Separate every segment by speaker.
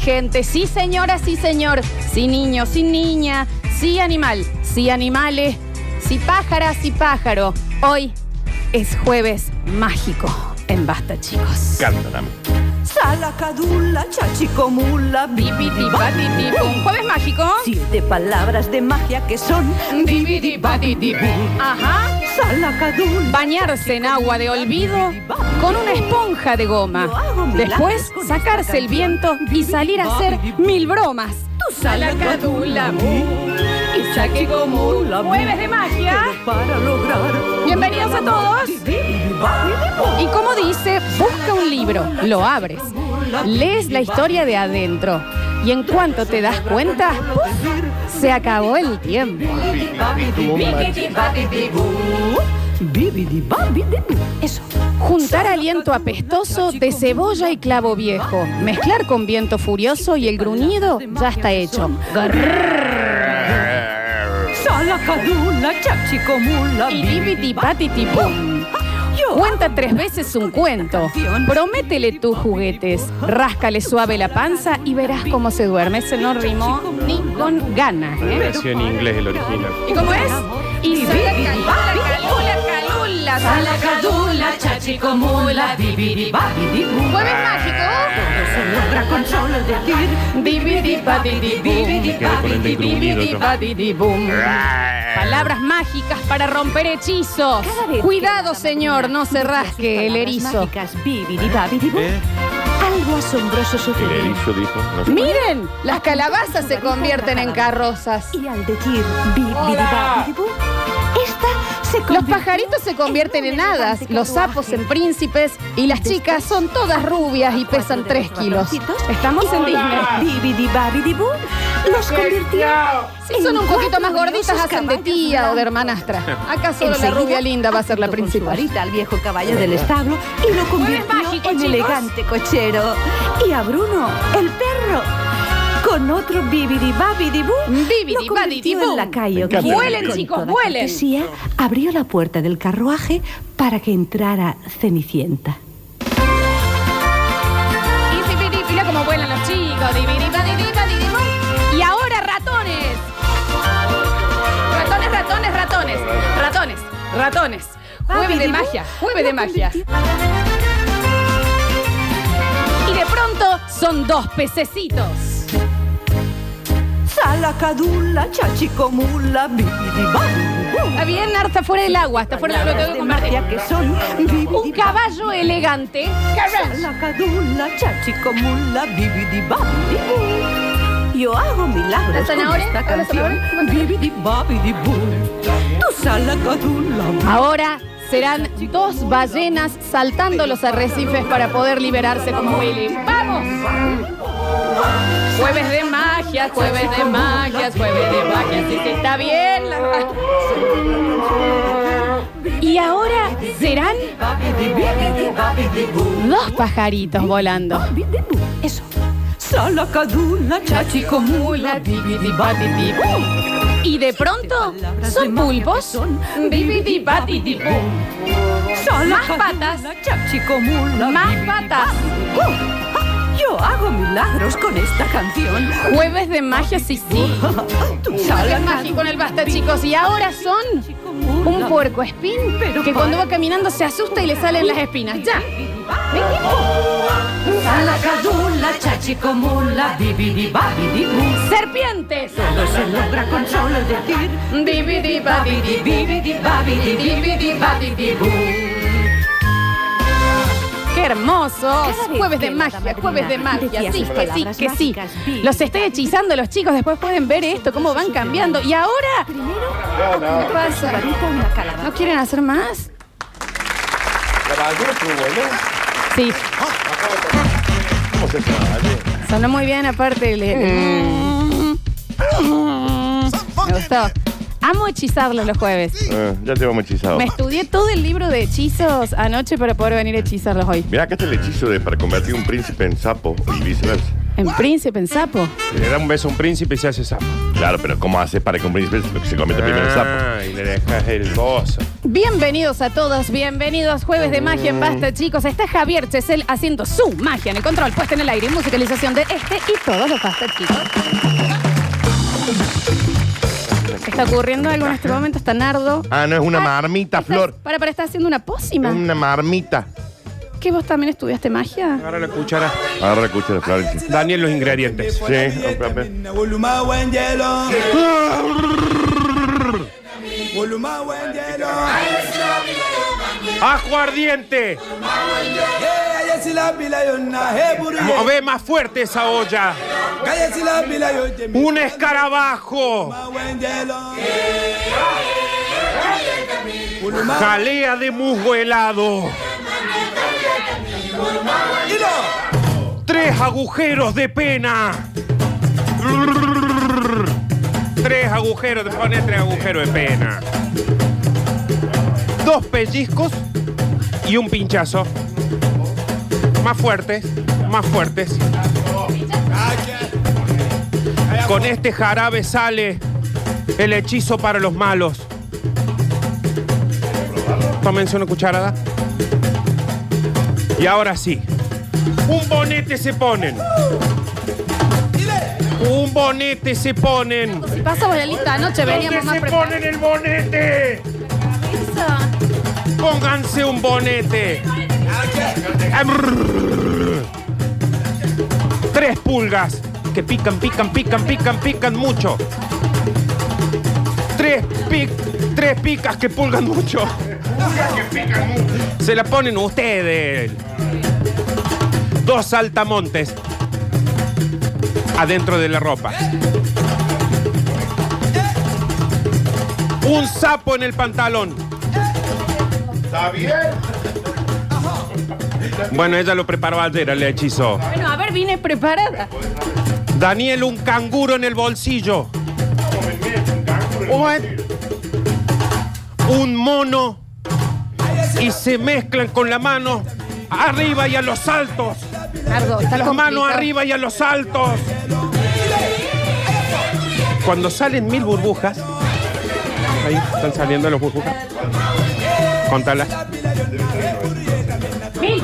Speaker 1: gente, sí señora, sí señor, sí niño, sí niña, sí animal, sí animales, sí pájara, sí pájaro. Hoy es jueves mágico en Basta, chicos.
Speaker 2: Canta también.
Speaker 3: Salacadulla, chachicomula,
Speaker 1: Bipitipatitipum. Jueves mágico.
Speaker 3: Siete palabras de magia que son.
Speaker 1: Bipitipatitipum. Ajá.
Speaker 3: Salacadulla.
Speaker 1: Bañarse en agua de olvido con una esponja de goma. Después, sacarse el viento y salir a hacer mil bromas. Tu salacadula y saque como jueves de magia.
Speaker 3: Para lograr.
Speaker 1: Bienvenidos a todos. Y como dice, busca un libro, lo abres, lees la historia de adentro y en cuanto te das cuenta, ¡puf! se acabó el tiempo. Eso. Juntar aliento apestoso de cebolla y clavo viejo. Mezclar con viento furioso y el gruñido ya está hecho.
Speaker 3: Salacadulla, chachicomula,
Speaker 1: Y bibitipatitipum. Cuenta tres veces un cuento. Prométele tus juguetes. Ráscale suave la panza y verás cómo se duerme. Ese no rimó ni con ganas, ¿eh?
Speaker 2: Nació en inglés el original.
Speaker 1: ¿Y cómo es? Y salacalula, calula, salacadula, chachicomula,
Speaker 3: bibiribabidibum.
Speaker 1: Jueves mágico.
Speaker 3: Se logra con solo decir.
Speaker 2: Me quedé con el del gruñido yo.
Speaker 1: Bibidibadidibum. Palabras mágicas para romper hechizos.
Speaker 3: Cada vez
Speaker 1: Cuidado,
Speaker 3: que-
Speaker 1: señor, no se rasque el
Speaker 3: Palabras
Speaker 1: erizo.
Speaker 3: mágicas, bibiribabidibum.
Speaker 2: ¿Eh?
Speaker 3: Algo asombroso
Speaker 2: El
Speaker 3: sucedió.
Speaker 2: erizo dijo. No sé.
Speaker 1: Miren, las calabazas se convierten en carrozas.
Speaker 3: Y al decir bibiribabidibum, esta se
Speaker 1: Los
Speaker 3: convirtió
Speaker 1: pajaritos se convierten en
Speaker 3: un
Speaker 1: hadas,
Speaker 3: elegante
Speaker 1: los sapos
Speaker 3: carruaje.
Speaker 1: en príncipes y las chicas son todas rubias y pesan 3 kilos. Estamos en Disney.
Speaker 3: Bibidibabidibum los convirtió
Speaker 1: Si son un poquito más gorditas, hacen de tía o de hermanastra. Acá solo la rubia linda va a ser la principal.
Speaker 3: al viejo caballo del establo y lo convirtió
Speaker 1: mágico,
Speaker 3: en
Speaker 1: chicos.
Speaker 3: elegante cochero. Y a Bruno, el perro, con otro bibidibabidibú,
Speaker 1: Bibidibabidibú.
Speaker 3: lo convirtió en lacayo.
Speaker 2: encanta.
Speaker 3: quien,
Speaker 2: Vuelen,
Speaker 3: con
Speaker 1: chicos,
Speaker 3: toda
Speaker 1: vuelen.
Speaker 3: cortesía, abrió la puerta del carruaje para que entrara Cenicienta.
Speaker 1: Y si piri, Mira cómo vuelan los chicos. Dibiri, badiri, badiri, bum. Y ahora ratones. Ratones, ratones, ratones. Ratones, ratones. Jueves de
Speaker 3: Babidi,
Speaker 1: magia,
Speaker 3: bu-
Speaker 1: jueves de
Speaker 3: lo
Speaker 1: magia.
Speaker 3: convirtió-
Speaker 1: Y de pronto son dos pececitos.
Speaker 3: Salacadula, chachicomula, bibidibabidibú.
Speaker 1: Está bien, harta fuera del agua, hasta fuera del
Speaker 3: Palabras
Speaker 1: tengo que
Speaker 3: de
Speaker 1: compartir.
Speaker 3: magia que son
Speaker 1: Un caballo elegante.
Speaker 3: Salacadula, chachicomula, bibidibabidibú. Yo hago milagros
Speaker 1: ¿La zanahoria?
Speaker 3: con esta
Speaker 1: ¿Habla
Speaker 3: canción. Bibidibabidibú. Tu salacadula.
Speaker 1: Ahora serán dos ballenas saltando los arrecifes para poder liberarse como Willy. ¡Vamos! Jueves de magia, jueves de magia, jueves de magia. Sí, sí, está bien. Y ahora serán
Speaker 3: Bibidibabidibú.
Speaker 1: dos pajaritos volando.
Speaker 3: Bibidibú. Eso. Salacadula, chachicomula, bibidibabidibú.
Speaker 1: Y de pronto son pulpos. Bibidipatitipum.
Speaker 3: Más
Speaker 1: patas. Más patas.
Speaker 3: Yo hago milagros con esta canción.
Speaker 1: Jueves de magia, sí, sí.
Speaker 3: Tu
Speaker 1: Jueves mágico en el basta, chicos. Y ahora son un puerco espín que cuando va caminando se asusta y le salen las espinas. Ya.
Speaker 3: Salacadula, chachicomula, bibidibabidibú.
Speaker 1: Serpientes.
Speaker 3: Todo se logra con solo decir bibidibabidibibidibabidibibidibabidibú.
Speaker 1: Qué hermosos.
Speaker 3: Cada vez
Speaker 1: Jueves de
Speaker 3: que la
Speaker 1: magia,
Speaker 3: madrina
Speaker 1: jueves de magia.
Speaker 3: decía
Speaker 1: Sí,
Speaker 3: sus
Speaker 1: que sí,
Speaker 3: palabras
Speaker 1: que sí.
Speaker 3: mágicas, sí.
Speaker 1: Los estoy hechizando los chicos. Después pueden ver esto, cómo van cambiando. Y ahora. ¿Qué
Speaker 3: Su
Speaker 1: pasa?
Speaker 3: varita, una calabaza.
Speaker 1: ¿No quieren hacer más?
Speaker 2: La ballena estuvo buena.
Speaker 1: Sí.
Speaker 2: ¿Cómo se hace la ballena?
Speaker 1: Sonó muy bien aparte el... Me gustó. Amo hechizarlos los jueves.
Speaker 2: Ah, ya te vamos hechizado.
Speaker 1: Me estudié todo el libro de hechizos anoche para poder venir a hechizarlos hoy.
Speaker 2: este Mirá, acá está el hechizo de para convertir un príncipe en sapo y viceversa.
Speaker 1: En príncipe, en sapo.
Speaker 4: Le da un beso a un príncipe y se hace sapo.
Speaker 2: Claro, pero ¿cómo haces para que un príncipe se cometa primero el sapo?
Speaker 4: Ah, y le dejas el gozo.
Speaker 1: Bienvenidos a todos, bienvenidos. Jueves de magia en basta, chicos. Está Javier Chesel haciendo su magia en el control, puesta en el aire y musicalización de este y todos los basta, chicos. Está ocurriendo algo en este momento, está Nardo.
Speaker 4: Ah, no, es una
Speaker 1: Ah,
Speaker 4: marmita,
Speaker 1: está-
Speaker 4: Flor.
Speaker 1: Para, para, está haciendo una pócima.
Speaker 4: Es una marmita.
Speaker 1: ¿Qué vos también estudiaste magia?
Speaker 4: Ahora la cuchara.
Speaker 2: Ahora la cuchara, Florencia.
Speaker 4: Daniel, los ingredientes.
Speaker 2: Sí, hombre, hombre.
Speaker 5: Volumá buen hielo. Volumá buen hielo.
Speaker 4: ¡Ajo ardiente!
Speaker 5: Cállese la pila yo na he burro.
Speaker 4: ¡Move más fuerte esa olla!
Speaker 5: Cállese la pila yo jemi.
Speaker 4: ¡Un escarabajo!
Speaker 5: Volumá buen hielo. Volumá
Speaker 4: ¡Jalea de musgo helado!
Speaker 5: hilo.
Speaker 4: ¡Tres agujeros de pena! Tres agujeros, te pone tres agujeros de pena. Dos pellizcos y un pinchazo. Más fuertes, más fuertes. Con este jarabe sale el hechizo para los malos. Tómense una cucharada. Y ahora sí. Un bonete se ponen. Un bonete se ponen.
Speaker 1: Si pasamos la lista anoche,
Speaker 4: ¿Dónde
Speaker 1: veníamos más
Speaker 4: se
Speaker 1: preparados.
Speaker 4: ponen el bonete? Pónganse un bonete. Amrrr. Tres pulgas que pican, pican, pican, pican, pican mucho. Tres, pic, tres picas que pulgan mucho. Se la ponen ustedes. Dos saltamontes adentro de la ropa. Un sapo en el pantalón. Bueno, ella lo preparó ayer, el hechizo.
Speaker 1: Bueno, a ver, vine preparada.
Speaker 4: Daniel, un canguro en el bolsillo. eh. Un mono y se mezclan con la mano arriba y a los saltos.
Speaker 1: Nardo, está
Speaker 4: Las manos
Speaker 1: complicado.
Speaker 4: arriba y a los saltos. Cuando salen mil burbujas. Ahí están saliendo las burbujas. Contalas.
Speaker 1: Mil.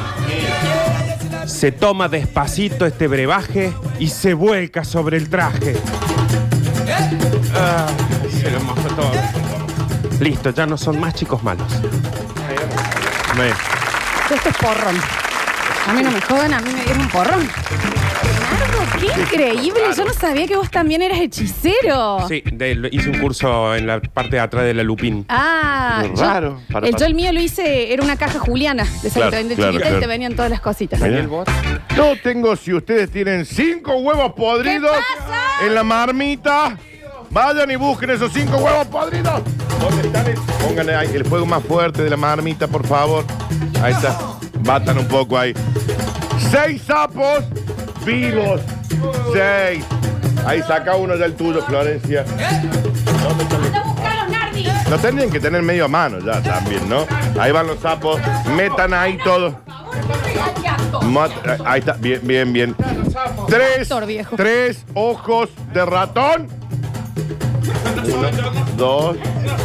Speaker 4: Se toma despacito este brebaje y se vuelca sobre el traje.
Speaker 2: Eh.
Speaker 4: Ah, se lo mojó todo. Listo, ya no son más chicos malos. Ve.
Speaker 1: Esto es porrón. A mí no me jodan, a mí me dieron porrón. Nardo, qué increíble. Yo no sabía que vos también eras hechicero.
Speaker 4: Sí, de- lo- hice un curso en la parte de atrás de la Lupín.
Speaker 1: Ah,
Speaker 2: Qué
Speaker 1: yo-
Speaker 2: raro. Para-
Speaker 1: el,
Speaker 2: para-
Speaker 1: yo el mío lo hice, era una caja juliana de esa que
Speaker 2: Claro,
Speaker 1: te vendían
Speaker 2: claro,
Speaker 1: chiquita y
Speaker 2: claro.
Speaker 1: te venían todas las cositas.
Speaker 2: Mira. Yo tengo, si ustedes tienen cinco huevos podridos
Speaker 1: ¿Qué pasa?
Speaker 2: en la marmita, vayan y busquen esos cinco huevos podridos. ¿Dónde están? Pónganle ahí el fuego más fuerte de la marmita, por favor. Ahí está. Batan un poco ahí. Seis sapos vivos. Seis. Ahí saca uno ya el tuyo, Florencia. Lo tendrían que tener medio a mano ya también, ¿no? Ahí van los sapos. Metan ahí todos. Mat- eh, ahí está, bien, bien, bien. Tres,
Speaker 1: Actor viejo.
Speaker 2: tres ojos de ratón. Uno, dos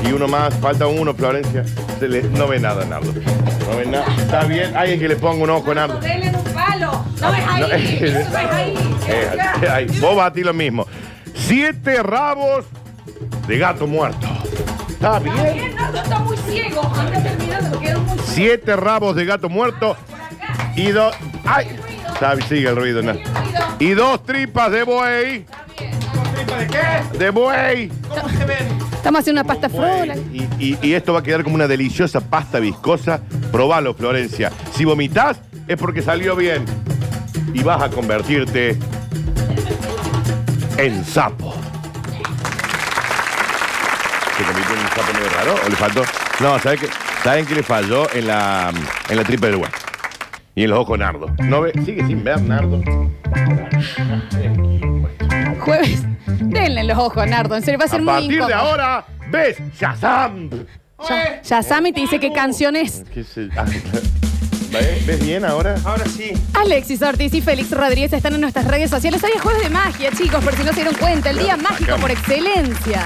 Speaker 2: y uno más. Falta uno, Florencia. Se le- no ve nada, Nardo. No ve nada. Está bien. Alguien que le ponga un ojo, Nardo. No, eh, eh, eh, ahí. Vos batí lo mismo. Siete rabos de gato muerto. Está bien. Siete rabos de gato muerto y dos. ¡Ay! Está- sigue el ruido, Nardo. Y dos tripas de buey.
Speaker 4: ¿De qué?
Speaker 2: De buey.
Speaker 4: ¿Cómo se ven?
Speaker 1: Estamos haciendo una pasta frola.
Speaker 2: Y, y- y esto va a quedar como una deliciosa pasta viscosa. Probalo, Florencia. Si vomitas, es porque salió bien. Y vas a convertirte en sapo. ¿Se convirtió en un sapo medio raro? ¿O le faltó? No, ¿saben qué? ¿Saben qué le falló en la, en la tripa del buey? Y en los ojos Nardo. ¿No ve? Sigue sin ver Nardo.
Speaker 1: Jueves. Denle en los ojos, Nardo. En serio, va a
Speaker 2: A
Speaker 1: ser muy
Speaker 2: partir
Speaker 1: incómodo.
Speaker 2: de ahora, ves Shazam.
Speaker 1: Ya, ya Sammy te dice qué canción es.
Speaker 2: ¿Qué se- ah, ¿Ves? ¿Ves bien ahora?
Speaker 4: Ahora sí.
Speaker 1: Alexis Ortiz y Félix Rodríguez están en nuestras redes sociales. Hoy es jueves de magia, chicos, por si no se dieron cuenta. El día mágico por excelencia.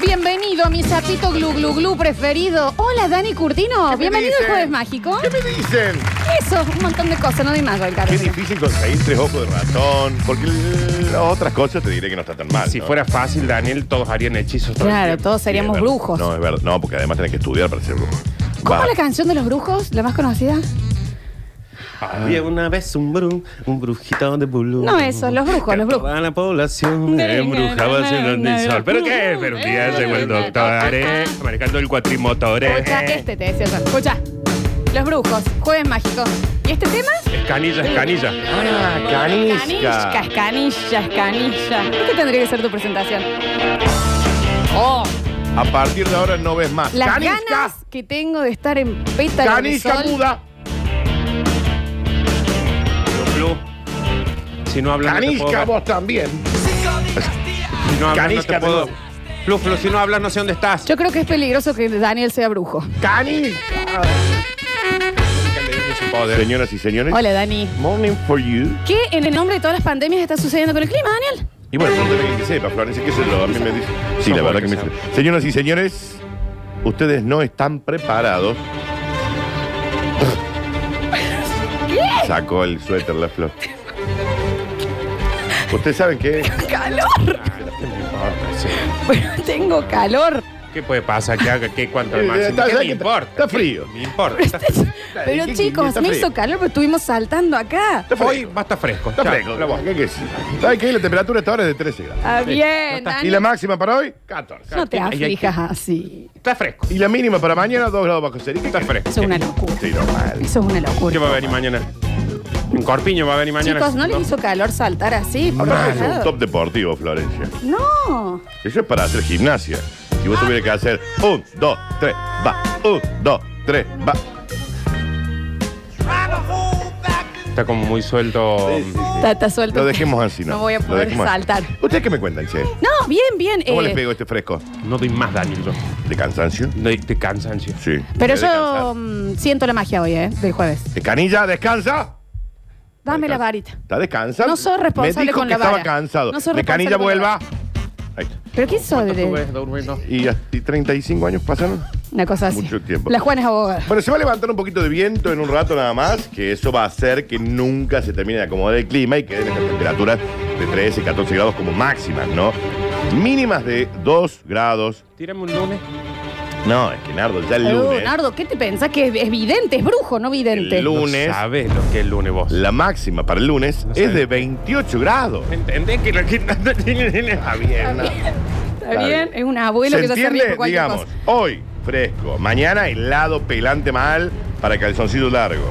Speaker 1: Bienvenido, mi sapito glu glu glu preferido. Hola, Dani Curtino.
Speaker 2: ¿Qué me
Speaker 1: Bienvenido al
Speaker 2: dicen?
Speaker 1: jueves mágico.
Speaker 2: ¿Qué me dicen?
Speaker 1: Eso, un montón de cosas, no doy más, el
Speaker 2: Qué difícil conseguir tres ojos de ratón. Porque l- las otras cosas te diré que no está tan mal.
Speaker 4: Si
Speaker 2: ¿no?
Speaker 4: fuera fácil, Daniel, todos harían hechizos. todo el
Speaker 1: Claro,
Speaker 4: tiempo.
Speaker 1: todos seríamos
Speaker 2: Sí, es verdad.
Speaker 1: brujos.
Speaker 2: No, es verdad. No, porque además tenés que estudiar para ser brujo.
Speaker 1: ¿Cómo
Speaker 2: Va. Eh.
Speaker 1: la canción de los brujos, la más conocida?
Speaker 2: Ah.
Speaker 4: Había una vez un bru, un brujito de bulú.
Speaker 1: No, eso, los brujos,
Speaker 4: Que
Speaker 1: los brujos.
Speaker 4: Toda la población embrujaba sin el sol. ¿Pero qué? Pero un día llegó el doctor, eh, manejando el cuatrimotor, eh.
Speaker 1: Escucha, este te decía yo. Escucha, los brujos, jueves mágico. ¿Y este tema?
Speaker 4: Escanilla, escanilla.
Speaker 2: Ah, canisca.
Speaker 1: Canilla, canilla, canilla. Esta tendría que ser tu presentación. Oh,
Speaker 2: A partir de ahora no ves más.
Speaker 1: las
Speaker 2: Canisca.
Speaker 1: ganas que tengo de estar en pétalos de
Speaker 2: Canisca
Speaker 1: sol.
Speaker 2: muda.
Speaker 4: Blue. Si no hablan, no te
Speaker 2: Canisca
Speaker 4: puedo ver.
Speaker 2: vos también.
Speaker 4: Si no hablan, no
Speaker 2: Canisca
Speaker 4: te puedo.
Speaker 2: de
Speaker 4: Blue, Blue, si no hablas, no sé dónde estás.
Speaker 1: Yo creo que es peligroso que Daniel sea brujo.
Speaker 2: Canisca. Señoras y señores.
Speaker 1: Hola, Dani.
Speaker 2: Morning for you.
Speaker 1: ¿Qué en el nombre de todas las pandemias está sucediendo con el clima, Daniel?
Speaker 2: Y bueno, no debe que sepa, Florencia, que se lo a mí me dice. Sí, la verdad que me dice. Señoras y señores, ustedes no están preparados. Sacó el suéter la flor. ¿Ustedes saben qué?
Speaker 1: ¡Calor! Bueno, tengo calor.
Speaker 4: ¿Qué puede pasar? ¿Qué haga? ¿Qué? ¿Cuánto?
Speaker 2: Eh,
Speaker 4: Máximo?
Speaker 2: está-
Speaker 4: ¿Qué
Speaker 2: está-
Speaker 4: me importa?
Speaker 2: está frío.
Speaker 4: ¿Qué Me importa.
Speaker 1: Pero
Speaker 2: ¿qué- qué-
Speaker 1: chicos,
Speaker 2: está
Speaker 1: me
Speaker 2: frío?
Speaker 1: hizo calor porque estuvimos saltando acá.
Speaker 2: Está fresco.
Speaker 4: Hoy va a estar fresco.
Speaker 2: Está
Speaker 4: Ya,
Speaker 2: fresco.
Speaker 4: la voz.
Speaker 2: ¿Qué- qué es? ¿Saben qué? La temperatura hasta ahora es de 13 grados.
Speaker 1: Ah, bien,
Speaker 2: ¿Y
Speaker 1: Dani.
Speaker 2: la máxima para hoy? 14.
Speaker 1: No te ah,
Speaker 4: Ahí hay que-
Speaker 1: aflijas así.
Speaker 4: Está fresco.
Speaker 2: ¿Y la mínima para mañana? 2 grados bajo cero. ¿Y qué-
Speaker 4: Está fresco.
Speaker 1: Eso es una locura.
Speaker 2: Sí, normal.
Speaker 1: Eso es una
Speaker 4: ¿Qué
Speaker 1: locura.
Speaker 4: va a venir mañana? Un corpiño va a venir mañana.
Speaker 1: Chicos, ¿no les hizo calor saltar así? Por
Speaker 2: Aparte
Speaker 1: todos
Speaker 2: es un
Speaker 1: lados?
Speaker 2: top deportivo, Florencia.
Speaker 1: No.
Speaker 2: Eso es para hacer gimnasia. Si
Speaker 1: Ah,
Speaker 2: vos tuvieras que hacer un, dos, tres, va, un, dos, tres, va.
Speaker 4: Está como muy suelto.
Speaker 1: Tata, suelta.
Speaker 2: Lo dejemos así, ¿no?
Speaker 1: No voy a
Speaker 2: Lo
Speaker 1: poder
Speaker 2: dejemos así.
Speaker 1: saltar.
Speaker 2: ¿Ustedes qué me cuentan, che?
Speaker 1: No, bien, bien.
Speaker 2: ¿Cómo
Speaker 1: eh,
Speaker 2: les pego este fresco?
Speaker 4: No doy más daño yo.
Speaker 2: ¿De cansancio?
Speaker 4: De, de cansancio.
Speaker 2: Sí.
Speaker 1: pero
Speaker 2: ¿De descansar?
Speaker 1: yo mm, siento la magia hoy, ¿eh? Del jueves.
Speaker 2: ¿De canilla? ¿Descansa?
Speaker 1: Dame la
Speaker 2: Descansa.
Speaker 1: varita.
Speaker 2: ¿Está descansando?
Speaker 1: No soy responsable
Speaker 2: Me dijo
Speaker 1: con
Speaker 2: que
Speaker 1: la vara.
Speaker 2: estaba cansado.
Speaker 1: No soy
Speaker 2: ¿De
Speaker 1: responsable
Speaker 2: canilla
Speaker 1: con la
Speaker 2: vuelva?
Speaker 1: vara.
Speaker 2: Ahí está.
Speaker 1: ¿Pero qué soy
Speaker 4: ¿Cuánto
Speaker 1: de
Speaker 4: tuve, Durmiendo?
Speaker 2: Y, ya- y 35 años pasaron.
Speaker 1: una cosa así?
Speaker 2: Mucho tiempo.
Speaker 1: La Juana es abogada.
Speaker 2: Bueno, se va a levantar un poquito de viento en un rato nada más, que eso va a hacer que nunca se termine de acomodar el clima y queden estas temperaturas de 13, 14 grados como máximas, ¿no? Mínimas de 2 grados.
Speaker 4: Tírame un lunes.
Speaker 2: No, es que Nardo, ya el
Speaker 1: Leonardo,
Speaker 2: lunes.
Speaker 1: ¿qué te pensás? Que es, es vidente, es brujo, no vidente.
Speaker 2: El Lunes.
Speaker 4: No sabes lo que es lunes vos.
Speaker 2: La máxima para el lunes
Speaker 4: sé.
Speaker 2: es de 28 grados.
Speaker 4: ¿Me entendés que la que
Speaker 2: Está bien, ¿no?
Speaker 1: ¿Está bien? Es un abuelo
Speaker 2: ¿Se
Speaker 1: que ya se ríe
Speaker 2: entiende?
Speaker 1: por cualquier
Speaker 2: Digamos,
Speaker 1: cosa.
Speaker 2: hoy fresco, mañana helado pelante mal para calzoncillo largo.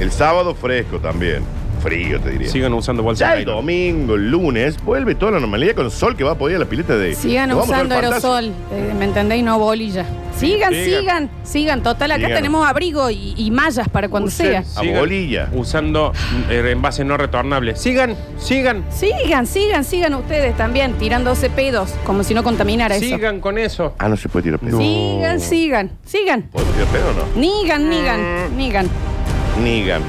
Speaker 2: El sábado fresco también. Frío, te diría.
Speaker 4: Sigan usando bolsas.
Speaker 2: Ya
Speaker 4: de
Speaker 2: el
Speaker 4: nylon.
Speaker 2: domingo, el lunes, vuelve toda la normalidad con sol que va a poder la pileta de.
Speaker 1: Sigan
Speaker 2: Nos vamos
Speaker 1: usando
Speaker 2: al fantasma.
Speaker 1: aerosol, eh, ¿me entendéis? No bolilla. Sigan,
Speaker 4: Sigan.
Speaker 1: sigan, sigan. Total, acá
Speaker 2: Sigan.
Speaker 1: tenemos abrigo y, y mallas para cuando sea.
Speaker 4: Usen-
Speaker 2: A bolilla.
Speaker 4: Usando eh, envases no retornables. Sigan, sigan,
Speaker 1: Sigan, sigan, sigan ustedes también, tirándose pedos, como si no contaminara
Speaker 4: sigan con eso.
Speaker 2: Ah, no se puede tirar
Speaker 1: eso.
Speaker 2: pedo.
Speaker 1: Sigan, sigan, sigan.
Speaker 2: ¿Podemos tirar pedo o no?
Speaker 1: Nigan, nigan, nigan.
Speaker 2: Nigan.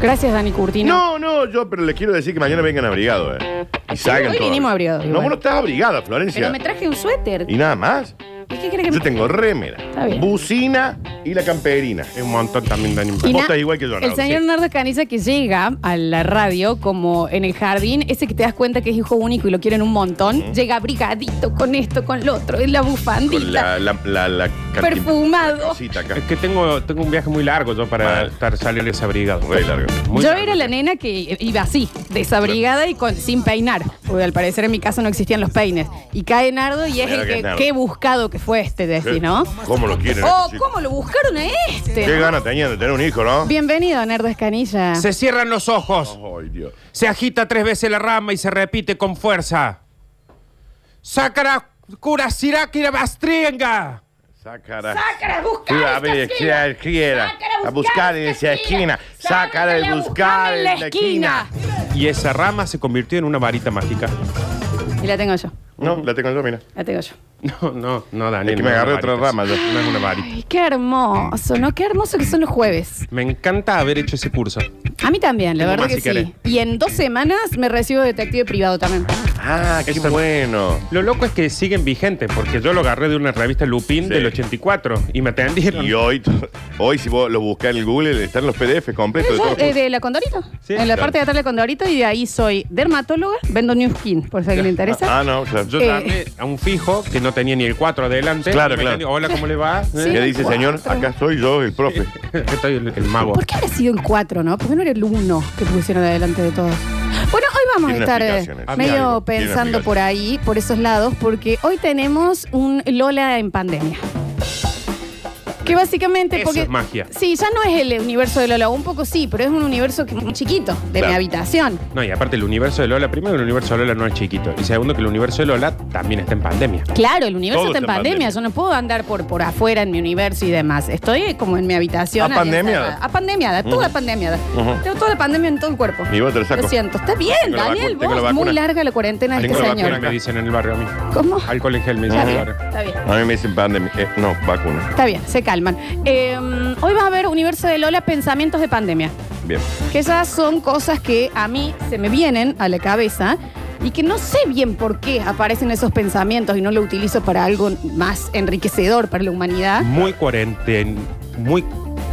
Speaker 1: Gracias, Dani Curtino.
Speaker 2: No, no, yo, pero les quiero decir que mañana vengan abrigados, ¿eh? Y salgan
Speaker 1: Hoy
Speaker 2: todos.
Speaker 1: vinimos abrigados,
Speaker 2: No,
Speaker 1: igual.
Speaker 2: vos no estás abrigada,
Speaker 1: Pero
Speaker 2: Florencia.
Speaker 1: me traje un suéter.
Speaker 2: Y nada más.
Speaker 1: ¿Y qué crees que
Speaker 2: Yo
Speaker 1: me
Speaker 2: tengo remera,
Speaker 1: Está bien.
Speaker 2: bucina y la camperina.
Speaker 4: Es un montón también de animales.
Speaker 1: Y
Speaker 2: Vos
Speaker 1: na-
Speaker 2: estás igual que yo,
Speaker 1: El
Speaker 2: Nardo,
Speaker 1: señor
Speaker 2: sí.
Speaker 1: Nardo Caniza que llega a la radio como en el jardín, ese que te das cuenta que es hijo único y lo quieren un montón, llega brigadito con esto, con lo otro, en la
Speaker 2: Con
Speaker 1: bufandita.
Speaker 2: la, la, la, la
Speaker 1: Perfumado.
Speaker 2: la cosita acá.
Speaker 4: Es que tengo, tengo un viaje muy largo yo para
Speaker 2: Mal.
Speaker 4: estar salir desabrigado.
Speaker 2: Re largo.
Speaker 4: Muy
Speaker 1: Yo
Speaker 4: largo.
Speaker 1: era la nena que iba así, desabrigada y con, sin peinar, porque al parecer en mi casa no existían los peines. Y cae Nardo y es
Speaker 2: Claro
Speaker 1: el
Speaker 2: que es
Speaker 1: que,
Speaker 2: Nardo.
Speaker 1: qué buscado que fue este, decís, ¿no?
Speaker 2: ¿Cómo lo quieren?
Speaker 1: Oh,
Speaker 2: este chico?
Speaker 1: ¿cómo lo buscaron a
Speaker 2: Qué
Speaker 1: este?
Speaker 2: ganas tenían de tener un hijo, ¿no?
Speaker 1: Bienvenido, Nardo Escanilla.
Speaker 4: Se cierran los ojos.
Speaker 2: Ay, Dios.
Speaker 4: Se agita tres veces la rama y se repite con fuerza. Sácara, cura, siráquira, bastringa.
Speaker 2: Sácala.
Speaker 1: Sácala a buscar
Speaker 2: Sí, a
Speaker 1: en
Speaker 2: ver,
Speaker 1: esta
Speaker 2: que
Speaker 1: esquina.
Speaker 2: la quiera.
Speaker 1: Sácala
Speaker 2: A buscar en esa esquina. Sácala a buscar en la esquina.
Speaker 4: Y esa rama se convirtió en una varita mágica.
Speaker 1: Y la tengo yo,
Speaker 2: No, la tengo yo, mira.
Speaker 1: la tengo yo.
Speaker 4: No, no, no, Daniel.
Speaker 2: Es que
Speaker 4: no
Speaker 2: me agarré
Speaker 4: una
Speaker 2: otra
Speaker 4: varita,
Speaker 2: rama yo.
Speaker 4: No es una varita.
Speaker 1: Ay, qué hermoso, ¿no? Qué hermoso que son los jueves.
Speaker 4: Me encanta haber hecho ese curso.
Speaker 1: A mí también, la
Speaker 4: Tengo
Speaker 1: verdad
Speaker 4: más
Speaker 1: que
Speaker 4: si
Speaker 1: sí. Y en dos semanas me recibo de detective privado también.
Speaker 2: Ah, qué
Speaker 4: Eso-
Speaker 2: bueno.
Speaker 4: Lo loco es que siguen vigentes, porque yo lo agarré de una revista Lupín
Speaker 2: Sí.
Speaker 4: del 84 y me atendieron.
Speaker 2: Y hoy, hoy si vos lo buscás en el Google, están los PDF completos de
Speaker 1: Yo,
Speaker 2: todos.
Speaker 1: eh, de la Condorito.
Speaker 4: Sí,
Speaker 1: en la
Speaker 2: claro.
Speaker 1: parte de atrás de la Condorito y de ahí soy dermatóloga, vendo New Skin, por si a alguien le interesa.
Speaker 2: Ah, no, claro.
Speaker 4: Yo
Speaker 1: Eh.
Speaker 4: llamé a un fijo que no tenía ni el 4 adelante.
Speaker 2: Claro,
Speaker 4: Y me
Speaker 2: claro.
Speaker 4: atendió, Hola, ¿cómo le va?
Speaker 1: Sí.
Speaker 2: ¿Qué dice, señor? Acá soy yo, el profe.
Speaker 4: Estoy el, el mago.
Speaker 1: ¿Por qué habrá sido en cuatro, no? ¿Por qué no era el uno que pusieron adelante de todos? Bueno, hoy vamos a
Speaker 2: Tiene
Speaker 1: estar eh,
Speaker 2: explicaciones.
Speaker 4: Había
Speaker 1: medio
Speaker 2: algo, tiene
Speaker 1: pensando
Speaker 2: explicaciones.
Speaker 1: por ahí, por esos lados, porque hoy tenemos un Lola en pandemia. Que básicamente.
Speaker 4: Eso
Speaker 1: porque,
Speaker 4: es magia.
Speaker 1: Sí, ya no es el universo de Lola, un poco sí, pero es un universo que- muy chiquito, de
Speaker 2: Claro.
Speaker 1: mi habitación.
Speaker 4: No, y aparte el universo de Lola, primero el universo de Lola no es chiquito. Y segundo que el universo de Lola también está en pandemia.
Speaker 1: Claro, el universo
Speaker 2: Todo
Speaker 1: está en pandemia. Yo no puedo andar por, por afuera en mi universo y demás. Estoy como en mi habitación.
Speaker 2: ¿A
Speaker 1: ahí
Speaker 2: pandemiada?
Speaker 1: encerrada. A pandemiada, toda
Speaker 2: Ujú.
Speaker 1: pandemiada.
Speaker 2: Ujú.
Speaker 1: Tengo toda la pandemia en todo el cuerpo.
Speaker 2: Y vos te lo saco.
Speaker 1: Lo siento. Está bien,
Speaker 2: Tengo la
Speaker 1: Daniel.
Speaker 2: vacu- tengo la
Speaker 1: vos,
Speaker 2: vacuna.
Speaker 1: muy larga la cuarentena de
Speaker 2: Tengo
Speaker 1: este
Speaker 2: la
Speaker 1: señor.
Speaker 2: vacuna.
Speaker 4: me dicen en el barrio a mí.
Speaker 1: ¿Cómo?
Speaker 4: Alcohol en gel me dicen
Speaker 1: Está
Speaker 4: en el
Speaker 1: bien,
Speaker 4: barrio.
Speaker 1: está bien.
Speaker 2: A mí me dicen pandemia. Eh, no, vacuna.
Speaker 1: Está bien, se calman. Eh, hoy vas a ver Universo de Lola, pensamientos de pandemia.
Speaker 2: Bien.
Speaker 1: Que esas son cosas que a mí se me vienen a la cabeza y que no sé bien por qué aparecen esos pensamientos y no lo utilizo para algo más enriquecedor para la humanidad.
Speaker 4: Muy cuarenten, muy,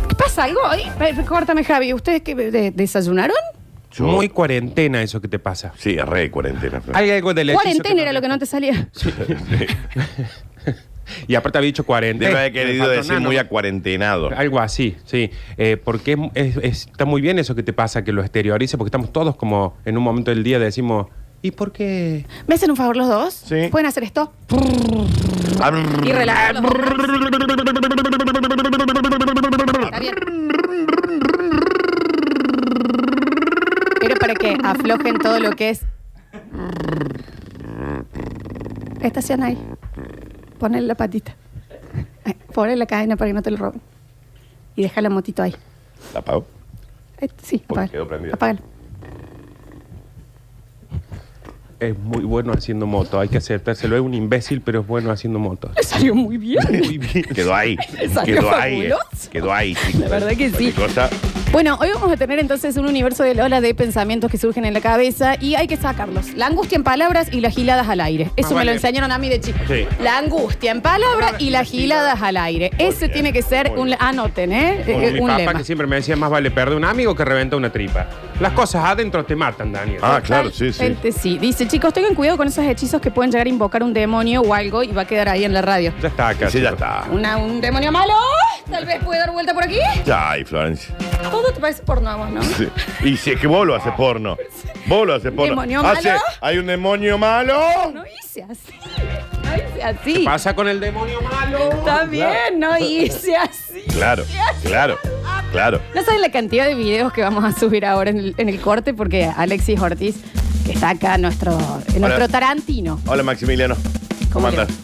Speaker 1: ¿Qué pasa algo? Ay, pe- pe- Córtame, Javi. ¿Ustedes qué de- desayunaron?
Speaker 2: Yo-
Speaker 4: muy cuarentena eso que te pasa.
Speaker 2: Sí, es re cuarentena. Flor.
Speaker 4: Hay algo del hechizo que
Speaker 1: Cuarentena
Speaker 4: no
Speaker 1: era lo que no te salía.
Speaker 2: Sí.
Speaker 4: Y aparte había dicho cuarentena.
Speaker 2: Debe haber querido
Speaker 4: Patrón,
Speaker 2: decir
Speaker 4: ah, no.
Speaker 2: muy acuarentenado.
Speaker 4: Algo así, sí. Eh, porque es- es- es- está muy bien eso que te pasa, que lo exteriorice, porque estamos todos como en un momento del día decimos, ¿y por qué?
Speaker 1: ¿Me hacen un favor los dos?
Speaker 2: Sí.
Speaker 1: ¿Pueden hacer esto?
Speaker 2: Arr-
Speaker 1: Y relajar. los dos. Está bien. Pero para que aflojen todo lo que es. Estación ahí. Ponle la patita. Ay, Ponle la cadena para que no te lo roben. Y deja la motito ahí.
Speaker 2: ¿La apago?
Speaker 1: Ahí- Sí,
Speaker 2: Porque
Speaker 1: apágalo.
Speaker 2: quedó prendida.
Speaker 1: Apágalo.
Speaker 4: Es muy bueno haciendo moto, hay que aceptárselo. Es un imbécil, pero es bueno haciendo moto.
Speaker 1: Le salió muy bien.
Speaker 4: Muy bien.
Speaker 2: Quedó ahí.
Speaker 1: Salió
Speaker 2: Quedó ahí. eh.
Speaker 1: fabuloso.
Speaker 2: Quedó ahí, chicos.
Speaker 1: La verdad que sí.
Speaker 2: Cualquier cosa,
Speaker 1: Bueno, hoy vamos a tener entonces un universo de Lola de pensamientos que surgen en la cabeza y hay que sacarlos. La angustia en palabras y las giladas al aire. Eso me
Speaker 4: Más Ah, vale.
Speaker 1: lo enseñaron a mí de chico.
Speaker 4: Sí.
Speaker 1: La angustia en palabras y las giladas al aire. Ese
Speaker 2: bien,
Speaker 1: tiene que ser
Speaker 2: muy
Speaker 1: un.
Speaker 2: bien.
Speaker 1: Anoten, ¿eh?
Speaker 4: Como
Speaker 1: Eh,
Speaker 4: mi
Speaker 1: un
Speaker 4: papá
Speaker 1: lema.
Speaker 4: que siempre me decía, más vale perder un amigo que reventa una tripa. Las cosas adentro te matan, Daniel.
Speaker 2: Ah, claro, sí, sí.
Speaker 1: Gente, sí. Dice, chicos, tengan cuidado con esos hechizos que pueden llegar a invocar un demonio o algo y va a quedar ahí en la radio.
Speaker 4: Ya está acá.
Speaker 2: sí, ya
Speaker 4: chicos.
Speaker 2: está.
Speaker 1: Una- un demonio malo, tal vez puede dar vuelta por aquí.
Speaker 2: Ya, ahí, Florencia.
Speaker 1: Todo te parece porno, a vos, ¿no?
Speaker 2: Sí. Y si es que vos lo haces porno. Vos lo haces porno.
Speaker 1: ¿Demonio
Speaker 2: Hace-
Speaker 1: malo?
Speaker 2: Hay un demonio malo.
Speaker 1: No hice así. No hice así.
Speaker 4: Pasa con el demonio malo.
Speaker 1: Está bien, no hice así.
Speaker 2: Claro, claro, claro.
Speaker 1: No saben la cantidad de videos que vamos a subir ahora en el, en el corte porque Alexis Ortiz, que está acá, nuestro, eh, nuestro Tarantino.
Speaker 2: Hola, Maximiliano. ¿Cómo
Speaker 1: le va?
Speaker 2: andas?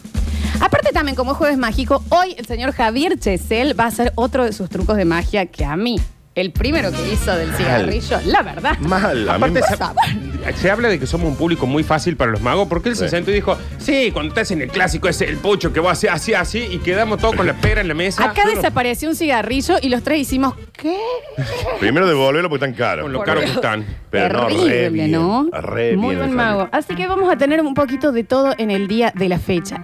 Speaker 1: Aparte también, como es Jueves Mágico, hoy el señor Javier Chesel va a hacer otro de sus trucos de magia que a mí, el primero que hizo del cigarrillo, la verdad.
Speaker 2: Mal. a mí
Speaker 4: Aparte,
Speaker 2: me-
Speaker 4: se, se habla de que somos un público muy fácil para los magos, porque él se
Speaker 2: Sí.
Speaker 4: sentó y dijo, sí, cuando estás en el clásico es el pocho que vos haces así, así, y quedamos todos con la pera en la mesa.
Speaker 1: Acá desapareció un cigarrillo y los tres hicimos, ¿qué?
Speaker 2: Primero devolverlo porque están caros.
Speaker 4: Con lo
Speaker 1: Por
Speaker 4: caro que
Speaker 1: Dios.
Speaker 4: están.
Speaker 2: Pero no, re
Speaker 1: Terrible,
Speaker 2: bien,
Speaker 1: ¿no?
Speaker 2: re
Speaker 1: Muy buen
Speaker 2: bien, Florencia.
Speaker 1: mago. Así que vamos a tener un poquito de todo en el día de la fecha.